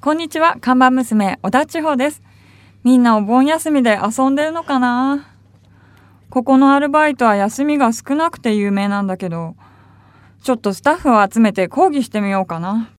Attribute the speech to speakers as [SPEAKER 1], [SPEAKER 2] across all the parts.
[SPEAKER 1] こんにちは、看板娘、小田千穂です。みんなお盆休みで遊んでるのかなここのアルバイトは休みが少なくて有名なんだけど、ちょっとスタッフを集めて抗議してみようかな。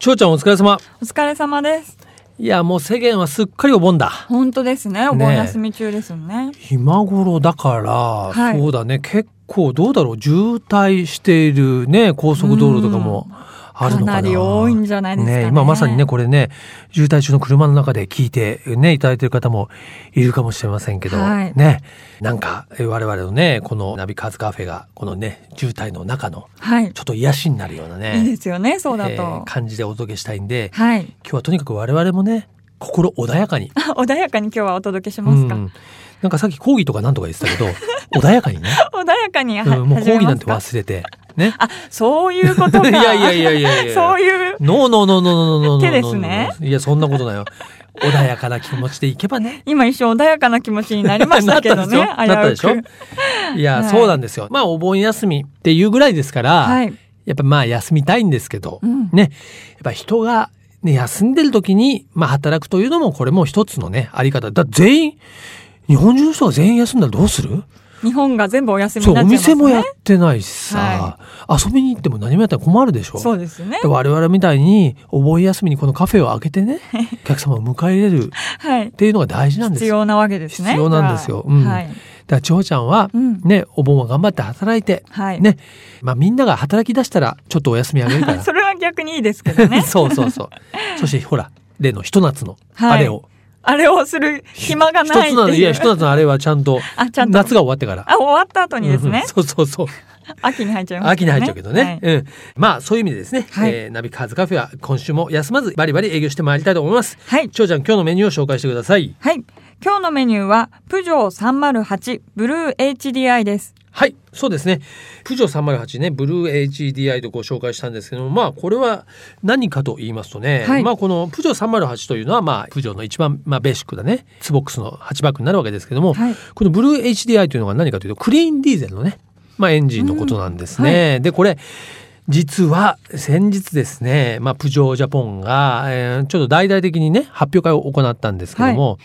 [SPEAKER 2] ちょうちゃんお疲れ様。
[SPEAKER 1] お疲れ様です。
[SPEAKER 2] いや、もう世間はすっかりお盆だ。
[SPEAKER 1] 本当ですね、お盆休み中ですよね。
[SPEAKER 2] 今頃だから、
[SPEAKER 1] い
[SPEAKER 2] そうだね、結構どうだろう、渋滞しているね、高速道路とかもあるのかな。
[SPEAKER 1] かなり多いんじゃないですかね
[SPEAKER 2] 今まさにね、これね、渋滞中の車の中で聞いて、ね、いただいている方もいるかもしれませんけど、
[SPEAKER 1] はい
[SPEAKER 2] ね、なんか、え我々のね、このナビカーズカフェが、このね、渋滞の中の、
[SPEAKER 1] はい
[SPEAKER 2] ち。ょっと癒しになるようなね、
[SPEAKER 1] いいですよね、そうだ
[SPEAKER 2] え
[SPEAKER 1] と
[SPEAKER 2] ー。感じでお届けしたいんで、
[SPEAKER 1] はい。
[SPEAKER 2] 今日はとにかく我々もね、心穏やかに、
[SPEAKER 1] あ穏やかに今日はお届けしますか。
[SPEAKER 2] うん、なんかさっき講義とかなんとか言って たけど穏やかにね、
[SPEAKER 1] 穏やかに、は
[SPEAKER 2] うん、もう
[SPEAKER 1] 始
[SPEAKER 2] 講
[SPEAKER 1] め
[SPEAKER 2] 義な
[SPEAKER 1] ま
[SPEAKER 2] ん
[SPEAKER 1] す
[SPEAKER 2] て
[SPEAKER 1] か
[SPEAKER 2] 忘れてね
[SPEAKER 1] あ、そういうことか。
[SPEAKER 2] いやいやいやいやい や
[SPEAKER 1] そういう。
[SPEAKER 2] ノーノーノーノーノーノーノー
[SPEAKER 1] 手ですね
[SPEAKER 2] いやそんなことないよ穏やかな気持ちでいけばね
[SPEAKER 1] 今一瞬穏やかな気持ちになりましたけどね。
[SPEAKER 2] なったでしょ
[SPEAKER 1] 危
[SPEAKER 2] な
[SPEAKER 1] う
[SPEAKER 2] っ
[SPEAKER 1] く
[SPEAKER 2] たでしょいや、
[SPEAKER 1] はい
[SPEAKER 2] そうなんですよまあお盆休みっていうぐらいですから、
[SPEAKER 1] はい。
[SPEAKER 2] やっぱまあ休みたいんですけど、
[SPEAKER 1] うん
[SPEAKER 2] ねやっぱ人がね休んでる時にまあ働くというのもこれも一つのねあり方だ全員日本中の人が全員休んだらどうする
[SPEAKER 1] 日本が全部お休み
[SPEAKER 2] そ
[SPEAKER 1] にな
[SPEAKER 2] う、
[SPEAKER 1] っ
[SPEAKER 2] お
[SPEAKER 1] ちゃいます
[SPEAKER 2] 店
[SPEAKER 1] ね。
[SPEAKER 2] もやってないしさ、遊びに行っても何もやったら困るでしょ
[SPEAKER 1] そうですね
[SPEAKER 2] で。我々みたいにお盆休みにこのカフェを開けてねお客様を迎え入れるっ
[SPEAKER 1] はい。
[SPEAKER 2] ていうのが大事なんで
[SPEAKER 1] 必
[SPEAKER 2] すよ
[SPEAKER 1] 要なわけですね。
[SPEAKER 2] 必要なんですよ
[SPEAKER 1] じゃあ
[SPEAKER 2] うん
[SPEAKER 1] はい。
[SPEAKER 2] だから千穂ちゃんは
[SPEAKER 1] うん
[SPEAKER 2] ね、お盆は頑張って働いて、
[SPEAKER 1] はい。
[SPEAKER 2] ねまあ、みんなが働き出したらちょっとお休みあげるか ら
[SPEAKER 1] それは逆にいいですけど ね。
[SPEAKER 2] そうそうそうそしてほら例のひと夏の
[SPEAKER 1] はい
[SPEAKER 2] あれを、
[SPEAKER 1] あれをする暇が
[SPEAKER 2] 一
[SPEAKER 1] ない
[SPEAKER 2] つ
[SPEAKER 1] っ
[SPEAKER 2] なの
[SPEAKER 1] て
[SPEAKER 2] い
[SPEAKER 1] い
[SPEAKER 2] や
[SPEAKER 1] う
[SPEAKER 2] ひ。と夏のあれはちゃんと
[SPEAKER 1] あ、ちゃんと。
[SPEAKER 2] 夏が終わってから
[SPEAKER 1] あ、終わった後にです
[SPEAKER 2] うんう
[SPEAKER 1] ね
[SPEAKER 2] ん。そうそうそう
[SPEAKER 1] 秋に入っちゃいます
[SPEAKER 2] 秋に入っちゃうけどね、
[SPEAKER 1] はい
[SPEAKER 2] うん、まあそういう意味でですね、
[SPEAKER 1] はい
[SPEAKER 2] えーナビカーズカフェは今週も休まずバリバリ営業してまいりたいと思います
[SPEAKER 1] はい。
[SPEAKER 2] 長ちゃん今日のメニューを紹介してください
[SPEAKER 1] はい。今日のメニューは、プジョー308ブルー HDI です。
[SPEAKER 2] はいそうですね九条308ねブルー HDI とご紹介したんですけどもまあこれは何かと言いますとね、
[SPEAKER 1] はい
[SPEAKER 2] まあこのプジョー308というのはまあプジョーの一番まあベーシックだねツボックスのハッチバックになるわけですけども、
[SPEAKER 1] はい。
[SPEAKER 2] このブルー HDI というのが何かというとクリーンディーゼルのね、まあ、エンジンのことなんですね。
[SPEAKER 1] うん
[SPEAKER 2] でこれ実は先日ですね、まあ、プジョージャポンが、えーちょっと大々的にね発表会を行ったんですけども、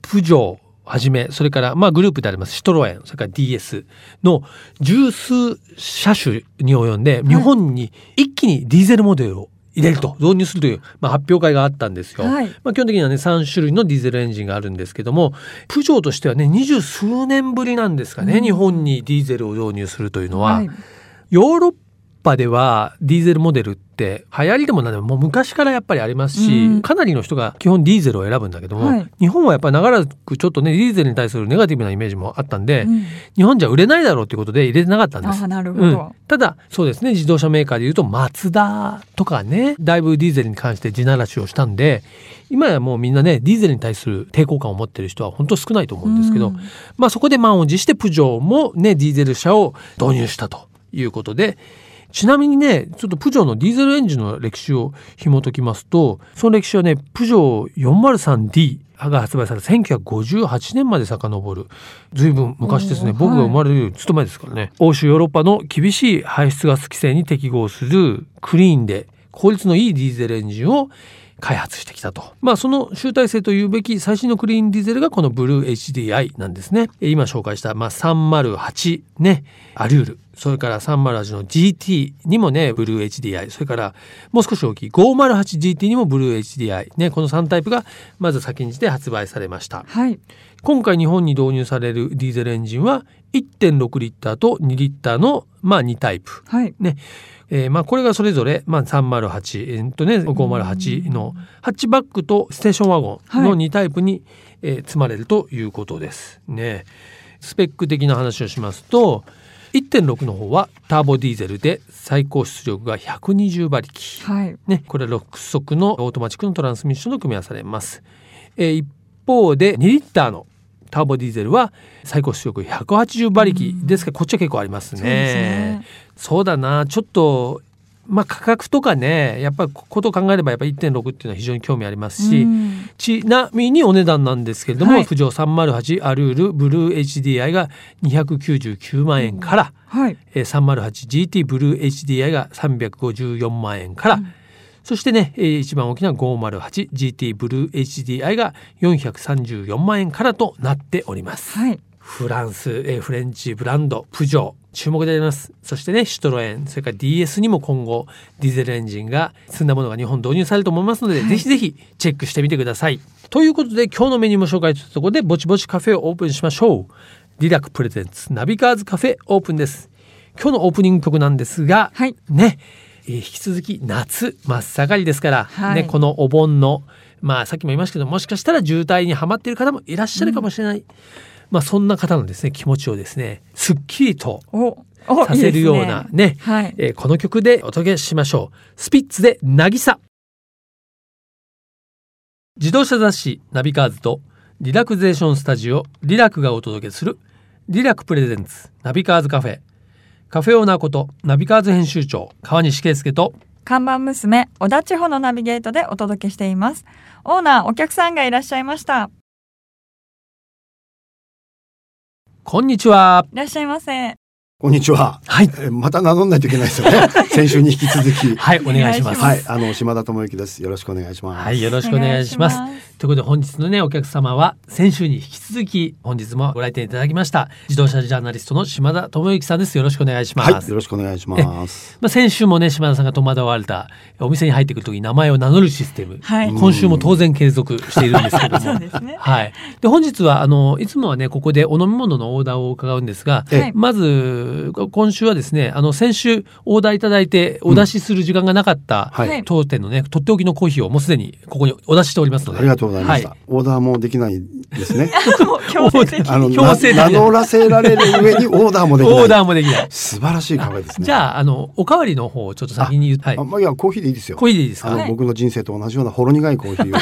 [SPEAKER 2] プジョーはじめそれから、まあ、グループでありますシトロエンそれから DS の十数車種に及んで日本に一気にディーゼルモデルを入れると導入するという、まあ、発表会があったんですよ。
[SPEAKER 1] はい。
[SPEAKER 2] まあ、基本的にはね3種類のディーゼルエンジンがあるんですけどもプジョーとしてはね二十数年ぶりなんですかね、
[SPEAKER 1] うん
[SPEAKER 2] 日本にディーゼルを導入するというのは、
[SPEAKER 1] はい。
[SPEAKER 2] ヨーロッパではディーゼルモデルって流行りでも何でももう昔からやっぱりありますし、
[SPEAKER 1] うん
[SPEAKER 2] かなりの人が基本ディーゼルを選ぶんだけども、
[SPEAKER 1] はい
[SPEAKER 2] 日本はやっぱり長らくちょっとねディーゼルに対するネガティブなイメージもあったんで、
[SPEAKER 1] うん
[SPEAKER 2] 日本じゃ売れないだろうということで入れてなかったんです
[SPEAKER 1] あ、。なるほ
[SPEAKER 2] うん
[SPEAKER 1] ど。、
[SPEAKER 2] ただそうですね自動車メーカーでいうとマツダとかねだいぶディーゼルに関して地ならしをしたんで今やもうみんなねディーゼルに対する抵抗感を持ってる人は本当少ないと思うんですけど、
[SPEAKER 1] うん
[SPEAKER 2] まあ、そこで満を持してプジョーもねディーゼル車を導入したということで。ちなみにねちょっとプジョーのディーゼルエンジンの歴史を紐解きますとその歴史はねプジョー 403D が発売された1958年まで遡る随分昔ですね
[SPEAKER 1] おー
[SPEAKER 2] 僕が
[SPEAKER 1] はい
[SPEAKER 2] 生まれるよりずっと前ですからね、欧州ヨーロッパの厳しい排出ガス規制に適合するクリーンで効率のいいディーゼルエンジンを開発してきたと。まあその集大成というべき最新のクリーンディーゼルがこのブルー HDI なんですね。え今紹介した、まあ、308ね、アリュール、それから308の GT にもね、ブルー HDI、それからもう少し大きい 508GT にもブルー HDI、ね、この3タイプがまず先んじて発売されました。
[SPEAKER 1] はい。
[SPEAKER 2] 今回日本に導入されるディーゼルエンジンは1.6リッターと2リッターの、まあ、2タイプ。
[SPEAKER 1] はい。
[SPEAKER 2] ねえーまあ、これがそれぞれ、まあ、308、えーっとね、508のハッチバックとステーションワゴン
[SPEAKER 1] は
[SPEAKER 2] の
[SPEAKER 1] い
[SPEAKER 2] 2タイプに、えー積まれるということです。ね、スペック的な話をしますと1.6の方はターボディーゼルで最高出力が120馬力、
[SPEAKER 1] はい。
[SPEAKER 2] ね、これは6速のオートマチックのトランスミッションと組み合わされます。えー一方で2リッターのターボディーゼルは最高出力180馬力ですからこっちは結構あります
[SPEAKER 1] そうです
[SPEAKER 2] ね
[SPEAKER 1] ね。。
[SPEAKER 2] そうだなちょっとまあ価格とかねやっぱりことを考えればやっぱ1.6っていうのは非常に興味ありますし、
[SPEAKER 1] うん
[SPEAKER 2] ちなみにお値段なんですけれども、
[SPEAKER 1] はい
[SPEAKER 2] プジョー308アルールブルー HDI が299万円から、
[SPEAKER 1] はい。
[SPEAKER 2] えー 308GT ブルー HDI が354万円から、
[SPEAKER 1] うん
[SPEAKER 2] そしてね、えー一番大きな 508GT ブルー HDI が434万円からとなっております。
[SPEAKER 1] はい。
[SPEAKER 2] フランス、えーフレンチブランド、プジョー、注目であります。そしてね、シュトロエン、それから DS にも今後、ディゼルエンジンが積んだものが日本導入されると思いますので、
[SPEAKER 1] はい
[SPEAKER 2] ぜひぜひチェックしてみてください。ということで、今日のメニューも紹介というところで、ぼちぼちカフェをオープンしましょう。リラクプレゼンツナビカーズカフェオープンです。今日のオープニング曲なんですが、
[SPEAKER 1] はい。
[SPEAKER 2] ね、えー引き続き夏真っ盛りですから、
[SPEAKER 1] はい
[SPEAKER 2] ね、このお盆の、まあ、さっきも言いましたけどもしかしたら渋滞にはまっている方もいらっしゃるかもしれない、まあ、そんな方のですね気持ちをですねすっきりと
[SPEAKER 1] お、お、
[SPEAKER 2] させるようない
[SPEAKER 1] いですね
[SPEAKER 2] ね
[SPEAKER 1] はい。
[SPEAKER 2] えーこの曲でお届けしましょうスピッツで「渚」自動車雑誌「ナビカーズ」とリラクゼーションスタジオ「リラク」がお届けする「リラクプレゼンツナビカーズカフェ」カフェオーナーことナビカーズ編集長川西圭介と
[SPEAKER 1] 看板娘、小田地方のナビゲートでお届けしています。オーナー、お客さんがいらっしゃいました。
[SPEAKER 2] こんにちは。
[SPEAKER 1] いらっしゃいませ。
[SPEAKER 3] こんにちは。
[SPEAKER 2] はい。
[SPEAKER 3] えーまた名乗んないといけないです よね。先週に引き続き。
[SPEAKER 2] はい、お願いします。
[SPEAKER 1] お願
[SPEAKER 3] はいい、あの島田智之です。よろしくお願いします。
[SPEAKER 2] はい、よろしくお願いします。
[SPEAKER 1] お願いします
[SPEAKER 2] ということで本日のね、お客様は先週に引き続き、本日もご来店いただきました、自動車ジャーナリストの島田智之さんです。よろしくお願いします。
[SPEAKER 3] はい、よろしくお願いします。
[SPEAKER 2] まあ、先週もね、島田さんが戸惑われた、お店に入ってくるときに名前を名乗るシステム、
[SPEAKER 1] はい
[SPEAKER 2] 今週も当然継続しているんですけ ど
[SPEAKER 1] そう
[SPEAKER 2] も。
[SPEAKER 1] ですね。
[SPEAKER 2] はい。で、本日は、あの、いつもはね、ここでお飲み物のオーダーを伺うんですが、
[SPEAKER 3] え
[SPEAKER 1] はい
[SPEAKER 2] まず、こ今週はですね、あの、先週、オーダーいただいて、お出しする時間がなかった、
[SPEAKER 3] はい、
[SPEAKER 1] はい
[SPEAKER 2] 当店のね、とっておきのコーヒーをもうすでにここにお出ししておりますので。
[SPEAKER 3] ありがとうございました。
[SPEAKER 2] は
[SPEAKER 3] オーダーもできないで すね。
[SPEAKER 1] もう強制的
[SPEAKER 3] あのな
[SPEAKER 2] 強制的な
[SPEAKER 3] 名乗らせられる上にオーダーもできない。
[SPEAKER 2] オーダーもできない。
[SPEAKER 3] 素晴らしいカフェですね。
[SPEAKER 2] じゃあ、あの、おかわりの方をちょっと先に言って、はい
[SPEAKER 3] あ、。まあ、いや、コーヒーでいいですよ。
[SPEAKER 2] コーヒーでいいです
[SPEAKER 3] あの、
[SPEAKER 2] か
[SPEAKER 1] はい
[SPEAKER 3] 僕の人生と同じようなほろ苦い コーヒーを。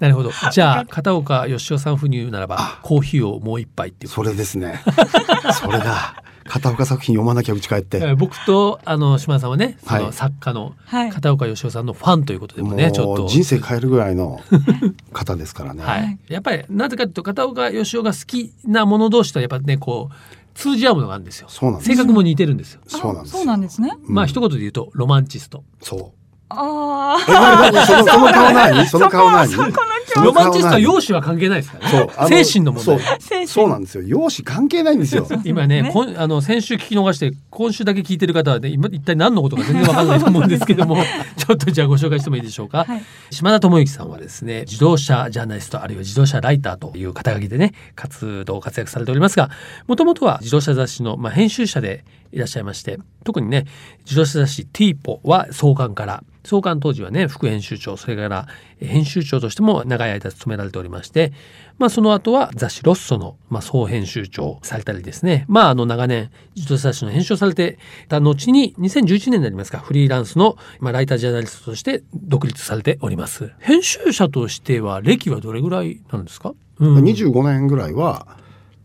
[SPEAKER 2] なるほど。じゃあ、片岡義雄さん風に言うならば
[SPEAKER 3] あ、
[SPEAKER 2] コーヒーをもう一杯っていうこと
[SPEAKER 3] それですね。それだ。片岡作品読まなきゃ打ち返っ
[SPEAKER 2] え
[SPEAKER 3] て。
[SPEAKER 2] ー僕とあの島田さんはねそ
[SPEAKER 3] は
[SPEAKER 2] の
[SPEAKER 3] い
[SPEAKER 2] 作家の
[SPEAKER 1] はい。
[SPEAKER 2] 片岡義雄さんのファンということでもね、ちょっと
[SPEAKER 3] う人生変えるぐらいの方ですから ね。
[SPEAKER 2] はい、
[SPEAKER 1] はい
[SPEAKER 2] やっぱりなぜかというと片岡義雄が好きなもの同士とはやっぱねこう通じ合うものがあるんですよ
[SPEAKER 3] そうなんで
[SPEAKER 2] 性
[SPEAKER 3] す。
[SPEAKER 2] 格も似てるんですよ、
[SPEAKER 1] あ
[SPEAKER 3] そうなんですよ。
[SPEAKER 1] そうなんですね。
[SPEAKER 3] うん
[SPEAKER 2] まあ一言で言うとロマンチスト
[SPEAKER 3] そう。
[SPEAKER 1] あ
[SPEAKER 3] え、なになにその、その 顔何そ
[SPEAKER 1] あ。
[SPEAKER 3] の顔何
[SPEAKER 1] そこ、そこ
[SPEAKER 3] そ
[SPEAKER 1] の
[SPEAKER 3] の
[SPEAKER 2] ロ
[SPEAKER 3] 顔
[SPEAKER 2] マンチストは容姿は関係ないですからね
[SPEAKER 3] そうあの
[SPEAKER 2] 精神の問題
[SPEAKER 3] そう
[SPEAKER 1] 強制。
[SPEAKER 3] そうなんですよ。容姿関係ないんですよ。
[SPEAKER 2] 今ね
[SPEAKER 1] ね
[SPEAKER 2] こんあの先週聞き逃して今週だけ聞いてる方はね今一体何のことか全然わからないと思うんですけ どもちょっとじゃあご紹介してもいいでしょうか、
[SPEAKER 1] はい。
[SPEAKER 2] 島田智之さんはですね自動車ジャーナリストあるいは自動車ライターという肩書きでね活動活躍されておりますがもともとは自動車雑誌の、まあ、編集者でいらっしゃいまして特にね自動車雑誌「ティーポは創刊から創刊当時はね副編集長それからえー編集長としても長い間勤められておりまして、まあ、その後は雑誌「ロッソの」まあ、総編集長されたりですねまああの長年自動車雑誌の編集をされてた後に2011年になりますかフリーランスの、まあ、ライタージャーナリストとして独立されております編集者としては歴はどれぐらいなんですか、うん
[SPEAKER 3] 25年ぐらいは、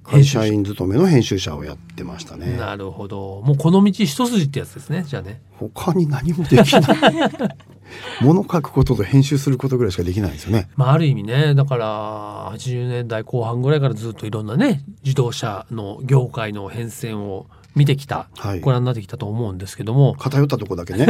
[SPEAKER 3] 会社員勤めの編集者をやってましたね。
[SPEAKER 2] なるほどもうこの道一筋ってやつですねじゃあね
[SPEAKER 3] 他に何もできない。 物書くことと編集することぐらいしかできないんですよね。
[SPEAKER 2] まあ、ある意味ねだから80年代後半ぐらいからずっといろんなね自動車の業界の変遷を見てきた、
[SPEAKER 3] はい
[SPEAKER 2] ご覧になってきたと思うんですけども
[SPEAKER 3] 偏ったとこだけね。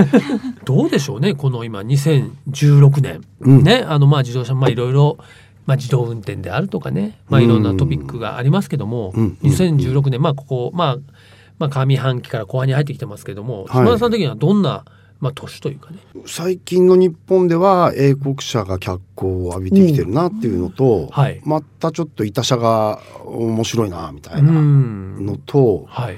[SPEAKER 2] どうでしょうねこの今2016年、
[SPEAKER 3] うん
[SPEAKER 2] ねあのまあ自動車まあいろいろ、まあ、自動運転であるとかね、まあ、いろんなトピックがありますけども、
[SPEAKER 3] うんうん
[SPEAKER 2] 2016年まあここまあまあ上半期から後半に入ってきてますけども、
[SPEAKER 3] はい
[SPEAKER 2] 島田さん的にはどんな、まあ、年というかね
[SPEAKER 3] 最近の日本では英国車が脚光を浴びてきてるなっていうのと、
[SPEAKER 2] はい
[SPEAKER 3] またちょっと板車が面白いなみた
[SPEAKER 2] う
[SPEAKER 3] いなんのと、
[SPEAKER 2] はい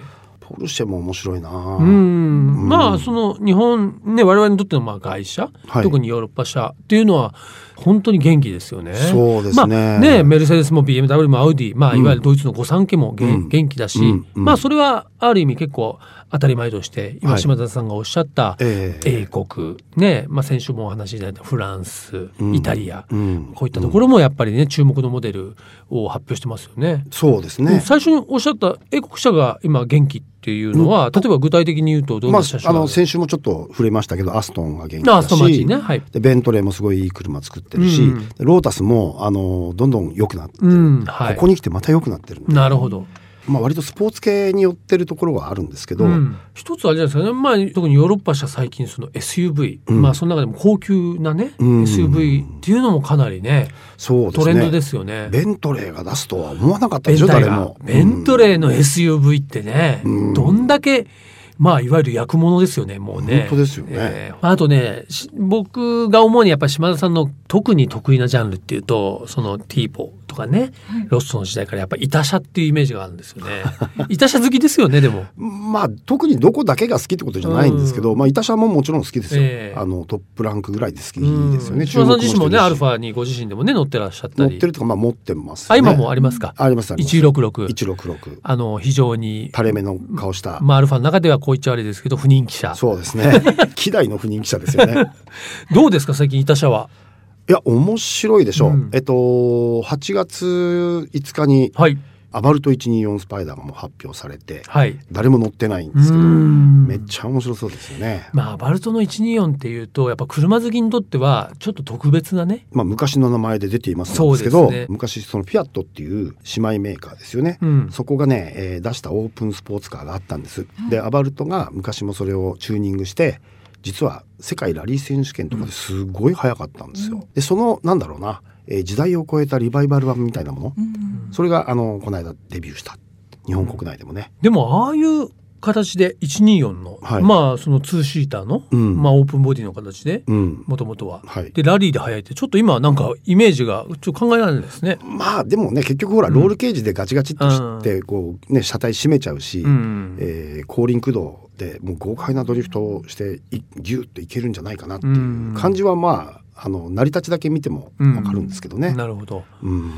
[SPEAKER 3] ポルシェも面白いな、
[SPEAKER 2] うん
[SPEAKER 3] うん
[SPEAKER 2] まあその日本ね我々にとってのまあ外車、
[SPEAKER 3] はい
[SPEAKER 2] 特にヨーロッパ車っていうのは本当に元気ですよね。
[SPEAKER 3] そうですね,、
[SPEAKER 2] まあ、ねメルセデスも BMW もアウディ、まあ、
[SPEAKER 3] うん
[SPEAKER 2] いわゆるドイツの御三家もげん、
[SPEAKER 3] うん
[SPEAKER 2] 元気だし、
[SPEAKER 3] うんうん
[SPEAKER 2] まあそれはある意味結構当たり前として今
[SPEAKER 3] はい
[SPEAKER 2] 島田さんがおっしゃった
[SPEAKER 3] ええ
[SPEAKER 2] 英国、ねまあ、先週もお話しいただいたフランス、
[SPEAKER 3] うん
[SPEAKER 2] イタリア、
[SPEAKER 3] うん
[SPEAKER 2] こういったところもやっぱりね注目のモデルを発表してますよね。
[SPEAKER 3] そうですね。
[SPEAKER 2] 最初におっしゃった英国車が今元気っていうのは、例えば具体的に言うとどん
[SPEAKER 3] ま
[SPEAKER 2] な
[SPEAKER 3] あ
[SPEAKER 2] 車、種
[SPEAKER 3] あ
[SPEAKER 2] があ
[SPEAKER 3] の
[SPEAKER 2] るか
[SPEAKER 3] 先週もちょっと触れましたけどアストンが元気
[SPEAKER 2] あ
[SPEAKER 3] だ
[SPEAKER 2] ストマチ
[SPEAKER 3] し、
[SPEAKER 2] ねはい、
[SPEAKER 3] でベントレーもすごいいい車作ってるし、
[SPEAKER 2] うん
[SPEAKER 3] でロータスもあのどんどん良くなって、
[SPEAKER 2] うんはい
[SPEAKER 3] ここに来てまた良くなってるんで
[SPEAKER 2] なるほど
[SPEAKER 3] まあ割とスポーツ系に寄ってるところはあるんですけど、
[SPEAKER 2] うん一つあれじゃないですかね、まあ、特にヨーロッパ車最近その SUV、
[SPEAKER 3] うん
[SPEAKER 2] まあその中でも高級なね、
[SPEAKER 3] うん
[SPEAKER 2] SUV っていうのもかなりね
[SPEAKER 3] そうで
[SPEAKER 2] ト
[SPEAKER 3] す
[SPEAKER 2] レ
[SPEAKER 3] ね
[SPEAKER 2] ンドですよね。
[SPEAKER 3] ベントレーが出すとは思わなかった
[SPEAKER 2] ベ
[SPEAKER 3] でしょ
[SPEAKER 2] ンタレ
[SPEAKER 3] 誰
[SPEAKER 2] が
[SPEAKER 3] も
[SPEAKER 2] ベント
[SPEAKER 3] ー、
[SPEAKER 2] レーの SUV ってね、
[SPEAKER 3] うん
[SPEAKER 2] どんだけまあいわゆる役物ですよねもうね。
[SPEAKER 3] 本当ですよね
[SPEAKER 2] えーあとねし僕が思うにやっぱり島田さんの特に得意なジャンルっていうとそのティーポとかね、ロストの時代からやっぱり板車っていうイメージがあるんですよ ね。板車好きですよねでも。
[SPEAKER 3] まあ特にどこだけが好きってことじゃないんですけど、まあ板車ももちろん好きですよ、
[SPEAKER 2] ええ
[SPEAKER 3] あのトップランクぐらいで好き
[SPEAKER 2] うん
[SPEAKER 3] ですよね、
[SPEAKER 2] 島田さん自身もねアルフ
[SPEAKER 3] ァ
[SPEAKER 2] ァにご自身でもね乗ってらっしゃった
[SPEAKER 3] 乗っ
[SPEAKER 2] り。
[SPEAKER 3] てるとかまあ持ってます、ね、
[SPEAKER 2] あ今もありますか。
[SPEAKER 3] ありますあります
[SPEAKER 2] 166。
[SPEAKER 3] 166
[SPEAKER 2] あの非常に
[SPEAKER 3] 垂れ目の顔した、
[SPEAKER 2] まあアルファの中ではこう言っちゃあれですけど不人気車。
[SPEAKER 3] そうですね 希代の不人気者ですよ ね
[SPEAKER 2] どうですか最近板車は。
[SPEAKER 3] いや面白いでしょ、
[SPEAKER 2] うん
[SPEAKER 3] えっと8月5日に
[SPEAKER 2] はい
[SPEAKER 3] アバルト124スパイダーがもう発表されて
[SPEAKER 2] はい。
[SPEAKER 3] 誰も乗ってないん
[SPEAKER 2] う
[SPEAKER 3] ですけど
[SPEAKER 2] ん
[SPEAKER 3] めっちゃ面白そうですよね、
[SPEAKER 2] まあバルトの124っていうとやっぱ車好きにとってはちょっと特別なね。
[SPEAKER 3] まあ、昔の名前で出ていますなんですけど
[SPEAKER 2] そうですね
[SPEAKER 3] 昔そのフィアットっていう姉妹メーカーですよね、
[SPEAKER 2] うん。
[SPEAKER 3] そこがね、えー出したオープンスポーツカーがあったんです、でアバルトが昔もそれをチューニングして実は世界ラリー選手権とかですごい速かったんですよ、でそのなんだろうな、えー時代を超えたリバイバル版みたいなもの、
[SPEAKER 1] うん
[SPEAKER 3] それがあのこの間デビューした日本国内でもね、
[SPEAKER 2] でもああいう形で124の、
[SPEAKER 3] はい
[SPEAKER 2] まあそのツーシーターの、
[SPEAKER 3] うん
[SPEAKER 2] まあオープンボディの形で
[SPEAKER 3] うん、
[SPEAKER 2] もともとは。
[SPEAKER 3] はい
[SPEAKER 2] でラリーで速いってちょっと今なんかイメージがちょっと考えられないですね。
[SPEAKER 3] まあでもね結局ほら
[SPEAKER 2] うん
[SPEAKER 3] ロールケージでガチガチっとして、こうね車体締めちゃうし、
[SPEAKER 2] うん
[SPEAKER 3] えー後輪駆動でもう豪快なドリフトをしていギュッといけるんじゃないかなっていう感じはまああの成り立ちだけ見てもわかるんですけどね。
[SPEAKER 2] なるほど。
[SPEAKER 3] うん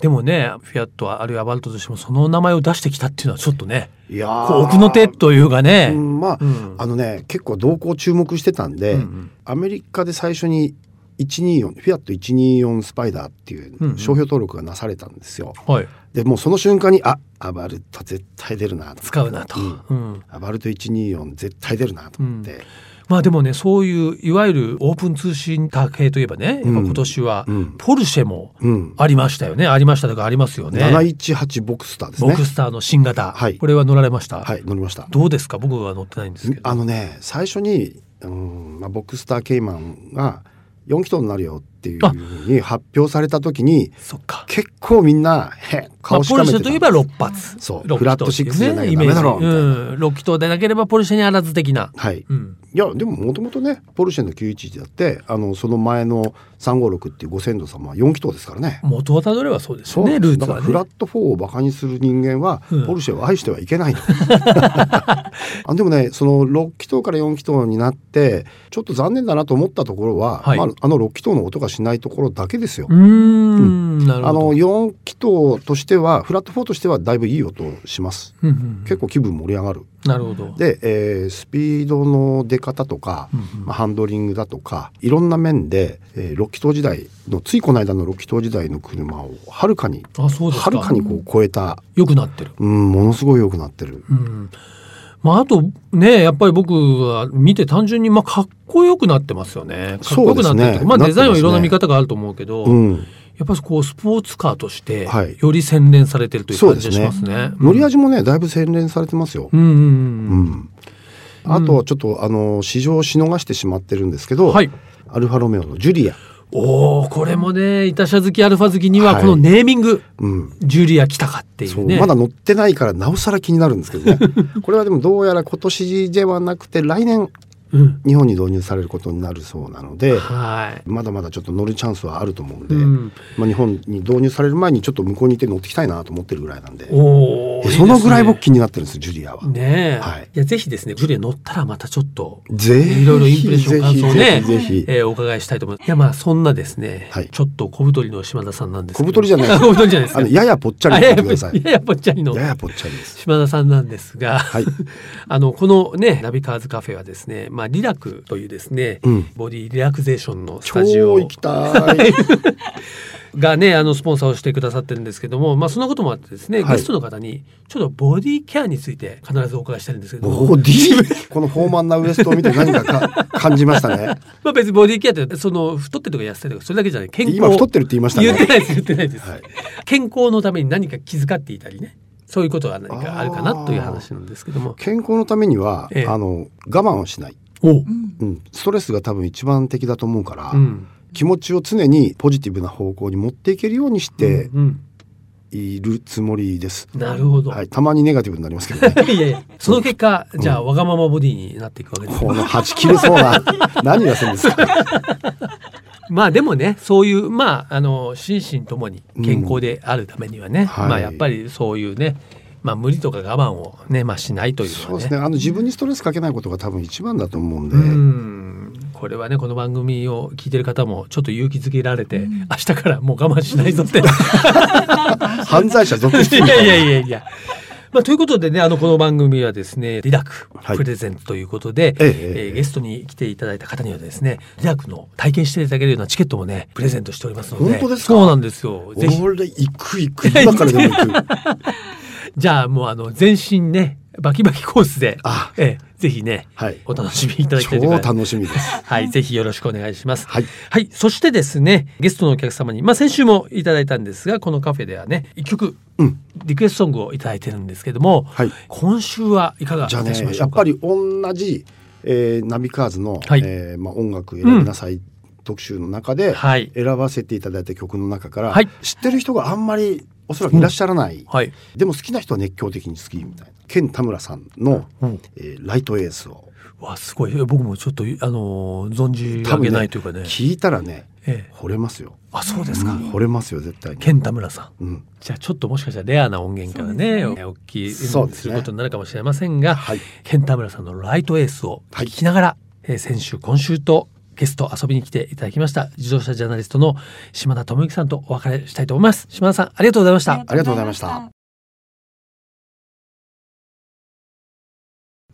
[SPEAKER 2] でもねフィアットあるいはアバルトとしてもその名前を出してきたっていうのはちょっとね
[SPEAKER 3] いや
[SPEAKER 2] こ
[SPEAKER 3] ー
[SPEAKER 2] う奥の手というかね。
[SPEAKER 3] うんまあ、
[SPEAKER 2] うん
[SPEAKER 3] あのね結構動向注目してたんで、
[SPEAKER 2] うんうん
[SPEAKER 3] アメリカで最初に124フィアット124スパイダーってい
[SPEAKER 2] うんうん
[SPEAKER 3] う商標登録がなされたんですよ。
[SPEAKER 2] はい、
[SPEAKER 3] でもうその瞬間にあアバルト絶対出るなと
[SPEAKER 2] 使うなと、
[SPEAKER 3] うん
[SPEAKER 2] うん
[SPEAKER 3] アバルト124絶対出るなと思って、
[SPEAKER 2] まあでもねそういういわゆるオープン通信多系といえばねやっぱ今年は
[SPEAKER 3] うん
[SPEAKER 2] ポルシェも
[SPEAKER 3] うん
[SPEAKER 2] ありましたよねありましたとかありますよね。
[SPEAKER 3] 718ボクスターです
[SPEAKER 2] ボ
[SPEAKER 3] ね
[SPEAKER 2] ク。スターの新型、
[SPEAKER 3] はい
[SPEAKER 2] これは乗られました、
[SPEAKER 3] はい乗りました。
[SPEAKER 2] どうですか僕は乗ってないんですけど。
[SPEAKER 3] あのね最初に、うんまあ、ボクスターケイマンが4気筒になるよっていう
[SPEAKER 2] あ
[SPEAKER 3] ふうに発表された時に
[SPEAKER 2] そっか
[SPEAKER 3] 結構みんなへ
[SPEAKER 2] まあ、
[SPEAKER 3] 顔し
[SPEAKER 2] ポ
[SPEAKER 3] か
[SPEAKER 2] ルシ
[SPEAKER 3] めて
[SPEAKER 2] ェといえ
[SPEAKER 3] た。
[SPEAKER 2] ば6発
[SPEAKER 3] そう
[SPEAKER 2] 六
[SPEAKER 3] フラット
[SPEAKER 2] 気筒って
[SPEAKER 3] シックスじゃなきゃ
[SPEAKER 2] いうねイメージ
[SPEAKER 3] ダメだろうみたいな
[SPEAKER 2] うん、6気筒でなければポルシェにあらず的な、
[SPEAKER 3] はい、
[SPEAKER 2] うん、
[SPEAKER 3] いやでももともとねポルシェの911だってあのその前の356っていうご先祖様は4気筒ですからね。
[SPEAKER 2] 元をたどればそうです
[SPEAKER 3] そう
[SPEAKER 2] よ
[SPEAKER 3] なん
[SPEAKER 2] ね
[SPEAKER 3] です
[SPEAKER 2] ルー
[SPEAKER 3] だ
[SPEAKER 2] ツ
[SPEAKER 3] から
[SPEAKER 2] は
[SPEAKER 3] フ
[SPEAKER 2] ね
[SPEAKER 3] ラット4をバカにする人間は、
[SPEAKER 2] うん
[SPEAKER 3] ポルシェを愛してはいけない のあでもねその6気筒から4気筒になってちょっと残念だなと思ったところは、
[SPEAKER 2] はい
[SPEAKER 3] まあ、あの6気筒の音がしないところだけですよ
[SPEAKER 2] う。ーんなる
[SPEAKER 3] あ
[SPEAKER 2] ほど
[SPEAKER 3] の4気筒としてはフラット4としてはだいぶいい音します
[SPEAKER 2] うんうん
[SPEAKER 3] 結構気分盛り上がる
[SPEAKER 2] なるほど
[SPEAKER 3] で、えースピードの出方とか、
[SPEAKER 2] うんうん
[SPEAKER 3] まあハンドリングだとかいろんな面で、えー、6気筒時代のついこの間の6気筒時代の車をはるかに
[SPEAKER 2] あそうですか
[SPEAKER 3] はるかにこう超えた、
[SPEAKER 2] 良くなってる、
[SPEAKER 3] うん、ものすごい良くなってる。
[SPEAKER 2] うん、まああとねやっぱり僕は見て単純にまあかっこよくなってますよねかっこよくなってる
[SPEAKER 3] そうですね
[SPEAKER 2] まあデザインは
[SPEAKER 3] なってますね
[SPEAKER 2] いろんな見方があると思うけど、
[SPEAKER 3] うん、
[SPEAKER 2] やっぱりこうスポーツカーとして
[SPEAKER 3] はい
[SPEAKER 2] より洗練されてるという感じがし
[SPEAKER 3] そうで
[SPEAKER 2] ますすね。
[SPEAKER 3] 乗り味もねだいぶ洗練されてますよ。
[SPEAKER 2] うんうん
[SPEAKER 3] う
[SPEAKER 2] うんうん
[SPEAKER 3] んあとはちょっとあの市場をしのがしてしまってるんですけど、
[SPEAKER 2] はい。
[SPEAKER 3] アルファロメオのジュリア、
[SPEAKER 2] おおこれもねイタシャ好きアルファ好きには
[SPEAKER 3] はい
[SPEAKER 2] このネーミング、
[SPEAKER 3] うん、
[SPEAKER 2] ジュリア来たかってい
[SPEAKER 3] そうう
[SPEAKER 2] ね。
[SPEAKER 3] まだ乗ってないからなおさら気になるんですけ どねこれはでもどうやら今年ではなくて来年
[SPEAKER 2] うん
[SPEAKER 3] 日本に導入されることになるそうなので
[SPEAKER 2] はい。
[SPEAKER 3] まだまだちょっと乗るチャンスはあると思うんで、
[SPEAKER 2] うん
[SPEAKER 3] まあ、日本に導入される前にちょっと向こうに行って乗ってきたいなと思ってるぐらいなんで
[SPEAKER 2] おお。
[SPEAKER 3] そのぐらい僕
[SPEAKER 2] い
[SPEAKER 3] 気になってるんですジュリアは。
[SPEAKER 2] いですねねえ、
[SPEAKER 3] はい
[SPEAKER 2] い、やぜひですねジュリア乗ったらまたちょっと
[SPEAKER 3] ぜひ
[SPEAKER 2] いろいろインプレッション
[SPEAKER 3] ぜひ
[SPEAKER 2] 感想ね
[SPEAKER 3] ぜひぜひ
[SPEAKER 2] えーお伺いしたいと思います。いやまあそんなですね、
[SPEAKER 3] はい
[SPEAKER 2] ちょっと小太りの島田さんなんですけど。
[SPEAKER 3] 小太りじゃないです
[SPEAKER 2] 小太りじゃないです
[SPEAKER 3] あ
[SPEAKER 2] か
[SPEAKER 3] の。ややぽっちゃり
[SPEAKER 2] あ
[SPEAKER 3] に
[SPEAKER 2] いや
[SPEAKER 3] 言
[SPEAKER 2] い
[SPEAKER 3] ってください。
[SPEAKER 2] ややっぱりチャリの
[SPEAKER 3] ややぽっちゃりです。
[SPEAKER 2] 島田さんなんですが、
[SPEAKER 3] はい。
[SPEAKER 2] あのこのねナビカーズカフェはですね、まあリラクというですね、
[SPEAKER 3] うん
[SPEAKER 2] ボディリラクゼーションのス
[SPEAKER 3] 超
[SPEAKER 2] タジオ
[SPEAKER 3] 行きたい。
[SPEAKER 2] がねあのスポンサーをしてくださってるんですけども、まあそのこともあってですね、
[SPEAKER 3] はい
[SPEAKER 2] ゲストの方にちょっとボディケアについて必ずお伺いしたいんですけども
[SPEAKER 3] ボ ディこのフォーマンなウエストを見て何かか感じましたね。
[SPEAKER 2] まあ別にボディケアってその太ってるとか痩せてるとかそれだけじゃない健康
[SPEAKER 3] 今太ってるって言いました
[SPEAKER 2] 言って
[SPEAKER 3] ね。
[SPEAKER 2] ないです言ってないです、
[SPEAKER 3] はい
[SPEAKER 2] 健康のために何か気遣っていたりねそういうことは何かあるかなという話なんですけども。
[SPEAKER 3] 健康のためには、
[SPEAKER 2] ええ
[SPEAKER 3] あの我慢をしない、
[SPEAKER 2] おう
[SPEAKER 1] うん
[SPEAKER 3] うん、ストレスが多分一番的だと思うから、
[SPEAKER 2] ん。
[SPEAKER 3] 気持ちを常にポジティブな方向に持っていけるようにして
[SPEAKER 2] うん、
[SPEAKER 3] いるつもりです。
[SPEAKER 2] なるほど。、。
[SPEAKER 3] はいい、たまにネガティブになりますけどね
[SPEAKER 2] やいやその結果、じゃあわがままボディになっていくわけですね
[SPEAKER 3] このはち切れそうな何がするんですか。
[SPEAKER 2] まあでもねそういうまああの心身ともに健康であるためにはね、
[SPEAKER 3] はい
[SPEAKER 2] まあやっぱりそういうね、まあ、無理とか我慢をね、まあ、しないというの
[SPEAKER 3] そう
[SPEAKER 2] は
[SPEAKER 3] です
[SPEAKER 2] ね
[SPEAKER 3] ね。あの自分にストレスかけないことが多分一番だと思うんで。
[SPEAKER 2] うんこれはねこの番組を聞いてる方もちょっと勇気づけられて、
[SPEAKER 1] うん
[SPEAKER 2] 明日からもう我慢しないぞってい
[SPEAKER 3] 犯罪者続出。
[SPEAKER 2] や いやいやいや。まあ、ということでねあのこの番組はですねリラク
[SPEAKER 3] はい
[SPEAKER 2] プレゼントということで、
[SPEAKER 3] え
[SPEAKER 2] えー
[SPEAKER 3] えええ
[SPEAKER 2] ゲストに来ていただいた方にはですねリラクの体験していただけるようなチケットもねプレゼントしておりますので
[SPEAKER 3] 本当ですか
[SPEAKER 2] そうなんですよぜひ
[SPEAKER 3] 俺行く行く今からでも行 く。
[SPEAKER 2] じゃあもうあの全身ねバキバキコースで、
[SPEAKER 3] あ、
[SPEAKER 2] ええ、ぜひね
[SPEAKER 3] はい。
[SPEAKER 2] お楽しみいただきた
[SPEAKER 3] 超
[SPEAKER 2] いと思います。
[SPEAKER 3] 楽しみです。
[SPEAKER 2] はい、ぜひよろしくお願いします。
[SPEAKER 3] はい。
[SPEAKER 2] はい、そしてですねゲストのお客様に、まあ、先週もいただいたんですがこのカフェではね一曲
[SPEAKER 3] うん。
[SPEAKER 2] リクエストソングをいただいてるんですけども、
[SPEAKER 3] はい。
[SPEAKER 2] 今週はいかがい
[SPEAKER 3] じゃあ
[SPEAKER 2] たしま
[SPEAKER 3] ね、
[SPEAKER 2] しょ
[SPEAKER 3] や
[SPEAKER 2] う
[SPEAKER 3] っぱ
[SPEAKER 2] か。
[SPEAKER 3] り同じ、えーナビカーズの、
[SPEAKER 2] はい
[SPEAKER 3] えーまあ音楽選びなさい特集の中で、
[SPEAKER 2] はい、
[SPEAKER 3] 選ばせていただいた曲の中から、
[SPEAKER 2] はい
[SPEAKER 3] 知ってる人があんまりおそらくいらっしゃらない、
[SPEAKER 2] はい、
[SPEAKER 3] でも好きな人は熱狂的に好きみたいなケン田村さんの、
[SPEAKER 2] うん
[SPEAKER 3] えーライトエースを
[SPEAKER 2] わすごい僕もちょっとあのー存じ上げないというかね
[SPEAKER 3] 聞いたらね
[SPEAKER 2] ええ、
[SPEAKER 3] 惚れますよ、
[SPEAKER 2] あそうですか、
[SPEAKER 3] うん惚れますよ絶対に、
[SPEAKER 2] 健太村さん
[SPEAKER 3] うん、
[SPEAKER 2] じゃあちょっともしかしたらレアな音源からね
[SPEAKER 1] そう
[SPEAKER 2] お聞きす
[SPEAKER 3] そうですね
[SPEAKER 2] ることになるかもしれませんが、
[SPEAKER 3] はい
[SPEAKER 2] ケンタムラさんの「ライトエース」を聞きながら、えー先週今週とゲスト遊びに来ていただきました自動車ジャーナリストの島田智之さんとお別れしたいと思います島田さんありがとうございました
[SPEAKER 3] ありがとうございました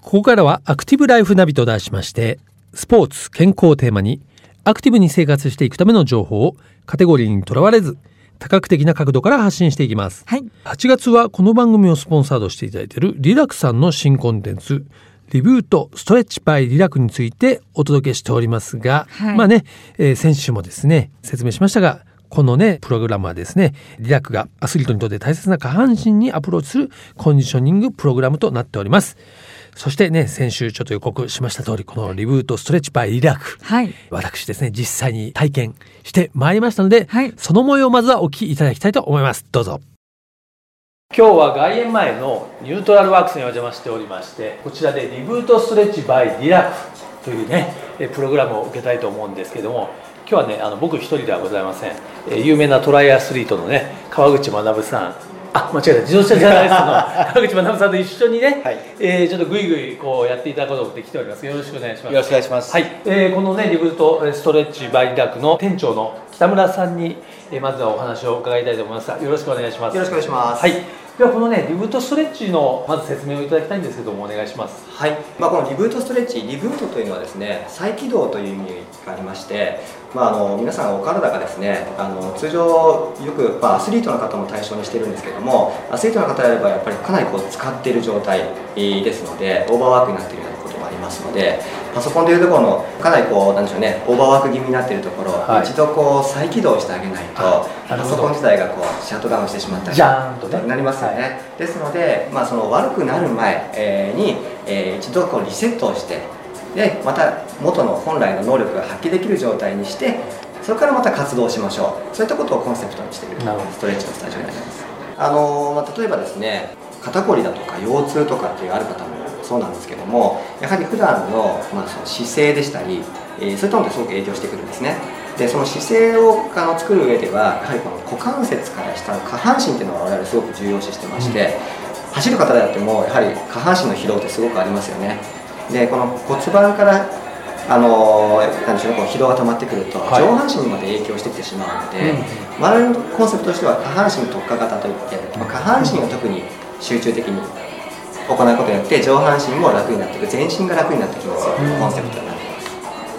[SPEAKER 2] ここからはアクティブライフナビと題しまして、スポーツ、健康をテーマに、アクティブに生活していくための情報をカテゴリーにとらわれず、多角的な角度から発信していきます。
[SPEAKER 1] はい
[SPEAKER 2] 8月はこの番組をスポンサードしていただいているリラクさんの新コンテンツ、リビュートストレッチバイリラクについてお届けしておりますが、
[SPEAKER 1] はい
[SPEAKER 2] まあね、えー先週もですね、説明しましたが、このね、プログラムはですね、リラクがアスリートにとって大切な下半身にアプローチするコンディショニングプログラムとなっております。そしてね、先週ちょっと予告しました通り、このリブートストレッチバイリラク。
[SPEAKER 1] はい
[SPEAKER 2] 私ですね、実際に体験してまいりましたので、
[SPEAKER 1] はい
[SPEAKER 2] その模様をまずはお聞きいただきたいと思います。どうぞ。今日は外苑前のニュートラルワークスにお邪魔しておりまして、こちらでリブートストレッチバイリラクというね、えプログラムを受けたいと思うんですけども、今日はね、あの僕一人ではございません。え有名なトライアスリートのね、川口学さん、あ、間違えた、自動車ジャーナリス トの川口学さんと一緒にね、
[SPEAKER 4] はい
[SPEAKER 2] えーちょっとぐいぐいこうやっていただくこともできております。よろしくお願いします。
[SPEAKER 4] よろしくお願いします。
[SPEAKER 2] はい、えーこのねリブートえーストレッチバイリラクの店長の北村さんに、えーまずはお話を伺いたいと思います。よろしくお願いします。
[SPEAKER 4] よろしくお願いします
[SPEAKER 2] はい。ではこのねリブートストレッチのまず説明をいただきたいんですけどもお願いします。
[SPEAKER 4] はいまあ、このリブートストレッチリブートというのはですね再起動という意味がありまして、まあ、あの皆さんお体がですねあの通常よく、まあ、アスリートの方も対象にしてるんですけどもアスリートの方であればやっぱりかなりこう使っている状態ですのでオーバーワークになっているようなこともありますのでパソコンでいうところのかなりこうなんでしょうねオーバーワーク気味になっているところを、
[SPEAKER 2] はい
[SPEAKER 4] 一度こう再起動してあげないと
[SPEAKER 2] あなる
[SPEAKER 4] パ
[SPEAKER 2] ほど
[SPEAKER 4] ソコン自体がこうシャットダウンしてしまったり
[SPEAKER 2] じゃーんとね
[SPEAKER 4] なりますよね、ですので、まあ、その悪くなる前えーに、えー一度こうリセットをしてでまた元の本来の能力が発揮できる状態にしてそれからまた活動しましょうそういったことをコンセプトにしている
[SPEAKER 2] なるほど
[SPEAKER 4] ストレッチのスタジオになりますあのーまあ、例えばですね肩こりだとか腰痛とかっていうある方もそうなんですけどもやはり普段の,、まあその姿勢でしたり、えーそういったものってすごく影響してくるんですねでその姿勢をあの作る上ではやはりこの股関節から下の下半身っていうのは我々すごく重要視してまして、走る方であってもやはり下半身の疲労ってすごくありますよねでこの骨盤からあのーなんでしょうねこう疲労が溜まってくると、
[SPEAKER 2] はい
[SPEAKER 4] 上半身にまで影響してきてしまうので、
[SPEAKER 2] うん
[SPEAKER 4] 我々のコンセプトとしては下半身特化型といってまあ下半身を特に集中的に行うことによって上半身も楽になっていく全身が楽になっていくコンセプトになっています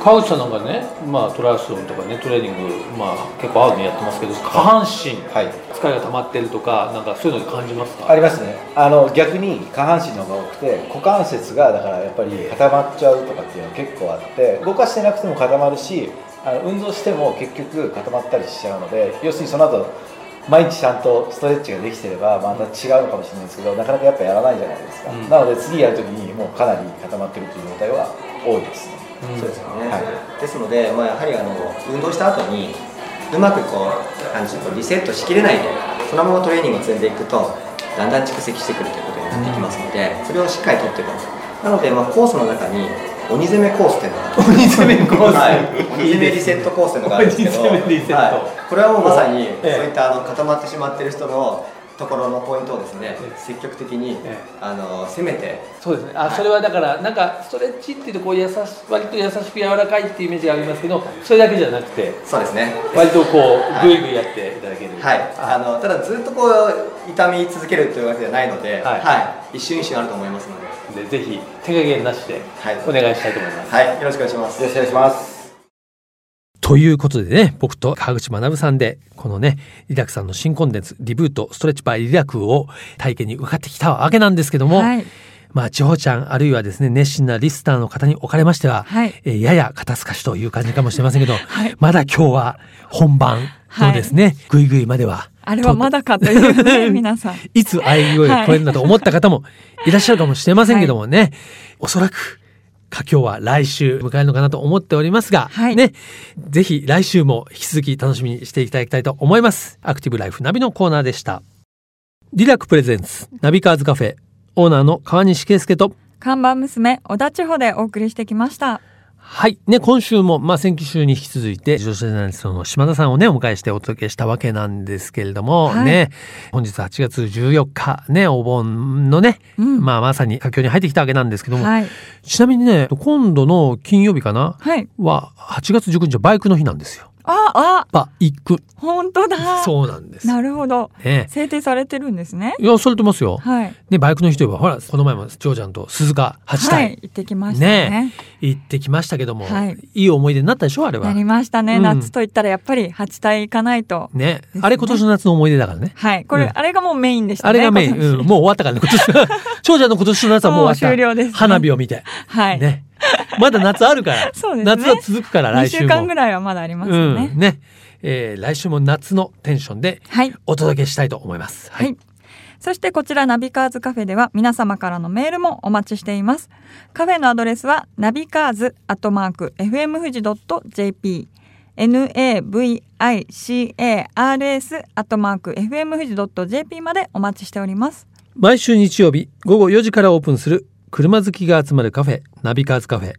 [SPEAKER 2] 川口さんなんかね、まあトライアスロンとかねトレーニングまあ結構合うねやってますけど下半身、
[SPEAKER 5] はい、
[SPEAKER 2] 疲れが溜まってるとかなんかそういうの感じますか。
[SPEAKER 5] ありますねあの逆に下半身の方が多くて股関節がだからやっぱり固まっちゃうとかっていうのが結構あって動かしてなくても固まるしあの運動しても結局固まったりしちゃうので要するにその後毎日ちゃんとストレッチができてればまた違うのかもしれないですけどなかなかやっぱやらないじゃないですか、
[SPEAKER 2] うん
[SPEAKER 5] なので次やるときにもうかなり固まってるっていう状態は多いですね、
[SPEAKER 2] うん
[SPEAKER 4] そうですよね、
[SPEAKER 5] は
[SPEAKER 4] ですので、まあ、やはりあの運動した後にうまくこうなんていうのリセットしきれないでそのままトレーニングを積んでいくとだんだん蓄積してくるということになってきますので、それをしっかりとっていくなので、まあ、コースの中に鬼攻めコースっていうのが鬼攻めコース、はい、鬼攻めリセットコースっていうのがあるんですけど
[SPEAKER 2] 鬼攻めリセット
[SPEAKER 4] はい、これはもうまさにそう
[SPEAKER 2] ええ
[SPEAKER 4] いったあの固まってしまってる人のところのポイントをですね
[SPEAKER 2] ええ
[SPEAKER 4] 積極的に
[SPEAKER 2] ええ
[SPEAKER 4] あの攻めて
[SPEAKER 2] そうですねあそれはだからなんかストレッチっていうとこう優し割と優しく柔らかいっていうイメージがありますけどそれだけじゃなくて
[SPEAKER 4] そうですね
[SPEAKER 2] 割とこうグイグイやっていただける
[SPEAKER 4] はい、あのただずっとこう痛み続けるというわけじゃないので、
[SPEAKER 2] は
[SPEAKER 4] はいい一瞬一瞬あると思いますので、
[SPEAKER 2] でぜひ手加減なしで
[SPEAKER 4] はい
[SPEAKER 2] お願いしたいと思います、
[SPEAKER 4] はい、よろしくお願いします。
[SPEAKER 5] い、よろしくお願いします
[SPEAKER 2] ということでね僕と川口学さんでこのねリラクさんの新コンテンツリブートストレッチバイリラクを体験に伺ってきたわけなんですけども、
[SPEAKER 1] はい。
[SPEAKER 2] まあ地方ちゃんあるいはですね熱心なリスターの方におかれましては、
[SPEAKER 1] はい
[SPEAKER 2] えーやや肩透かしという感じかもしれませんけど、
[SPEAKER 1] はい
[SPEAKER 2] まだ今日は本番のですね、グイグイまでは
[SPEAKER 1] あれはまだかという ね、皆さん。
[SPEAKER 2] いつ喘ぎ声が聞こえるんだと思った方もいらっしゃるかもしれませんけどもね、おそらく佳境は来週迎えるのかなと思っておりますが、
[SPEAKER 1] はい
[SPEAKER 2] ね、ぜひ来週も引き続き楽しみにしていただきたいと思います。アクティブライフナビのコーナーでした。リラックプレゼンツナビカーズカフェオーナーの川西圭介と
[SPEAKER 1] 看板娘、小田地方でお送りしてきました。
[SPEAKER 2] はい。ね、今週も、まあ、先週に引き続いて、自動車ジャーナリストの島田さんをね、お迎えしてお届けしたわけなんですけれども、
[SPEAKER 1] はい
[SPEAKER 2] ね、本日8月14日、ね、お盆のね、
[SPEAKER 1] うん
[SPEAKER 2] まあ、まさに佳境に入ってきたわけなんですけども、
[SPEAKER 1] はい。
[SPEAKER 2] ちなみにね、今度の金曜日かな
[SPEAKER 1] はい。
[SPEAKER 2] は、8月19日はバイクの日なんですよ。
[SPEAKER 1] あ、あ、
[SPEAKER 2] バイク。
[SPEAKER 1] 本当だ。
[SPEAKER 2] そうなんです。
[SPEAKER 1] なるほど。
[SPEAKER 2] ね。
[SPEAKER 1] 制定されてるんですね。
[SPEAKER 2] いや、されてますよ。
[SPEAKER 1] はい。
[SPEAKER 2] ね、バイクの日といえば、ほら、この前も、長ちゃんと鈴鹿八
[SPEAKER 1] は
[SPEAKER 2] 体、
[SPEAKER 1] い。行ってきましたね。
[SPEAKER 2] 行ってきましたけども、
[SPEAKER 1] はい
[SPEAKER 2] い、い思い出になったでしょあれ
[SPEAKER 1] な
[SPEAKER 2] は。
[SPEAKER 1] りましたね。
[SPEAKER 2] うん
[SPEAKER 1] 夏と言ったらやっぱり八体行かないと。
[SPEAKER 2] ね
[SPEAKER 1] す。ね
[SPEAKER 2] あれ今年の夏の思い出だからね。
[SPEAKER 1] はい。これ、
[SPEAKER 2] うん
[SPEAKER 1] あれがもうメインでしたね。
[SPEAKER 2] あれがメイン。
[SPEAKER 1] 今年
[SPEAKER 2] うん、もう終わったからね。今 年の、長者の今年の夏はもう終
[SPEAKER 1] も
[SPEAKER 2] わっ
[SPEAKER 1] う終
[SPEAKER 2] た。
[SPEAKER 1] 了ですね
[SPEAKER 2] 花火を見て。
[SPEAKER 1] はい。
[SPEAKER 2] ね。まだ夏あるから。
[SPEAKER 1] そうですね
[SPEAKER 2] 夏は続くから
[SPEAKER 1] 2
[SPEAKER 2] 来週も。
[SPEAKER 1] 週間ぐらいはまだありますよね。
[SPEAKER 2] うん。ね。えー来週も夏のテンションで
[SPEAKER 1] はい。
[SPEAKER 2] お届けしたいと思います。
[SPEAKER 1] はい。。そしてこちらナビカーズカフェでは皆様からのメールもお待ちしています。カフェのアドレスはナビカーズアットマーク FM 富士 .jp navicars アットマーク FM 富士 .jp までお待ちしております。
[SPEAKER 2] 毎週日曜日午後4時からオープンする車好きが集まるカフェ、ナビカーズカフェ。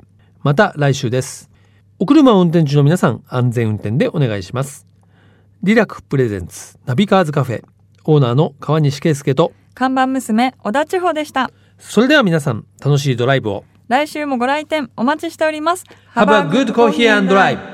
[SPEAKER 2] また来週です。お車を運転中の皆さん、安全運転でお願いします。リラクプレゼンツ、ナビカーズカフェ、オーナーの川西圭介と、
[SPEAKER 1] 看板娘小田千穂でした。
[SPEAKER 2] それでは皆さん、楽しいドライブを。
[SPEAKER 1] 来週もご来店お待ちしております。
[SPEAKER 2] Have a good coffee and drive!